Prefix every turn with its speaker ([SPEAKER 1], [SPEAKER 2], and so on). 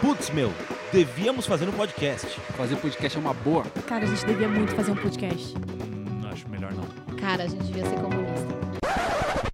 [SPEAKER 1] putz, meu, devíamos fazer um podcast.
[SPEAKER 2] Fazer podcast é uma boa.
[SPEAKER 3] Cara, a gente devia muito fazer um podcast.
[SPEAKER 1] Hum, acho melhor não.
[SPEAKER 4] Cara, a gente devia ser comunista.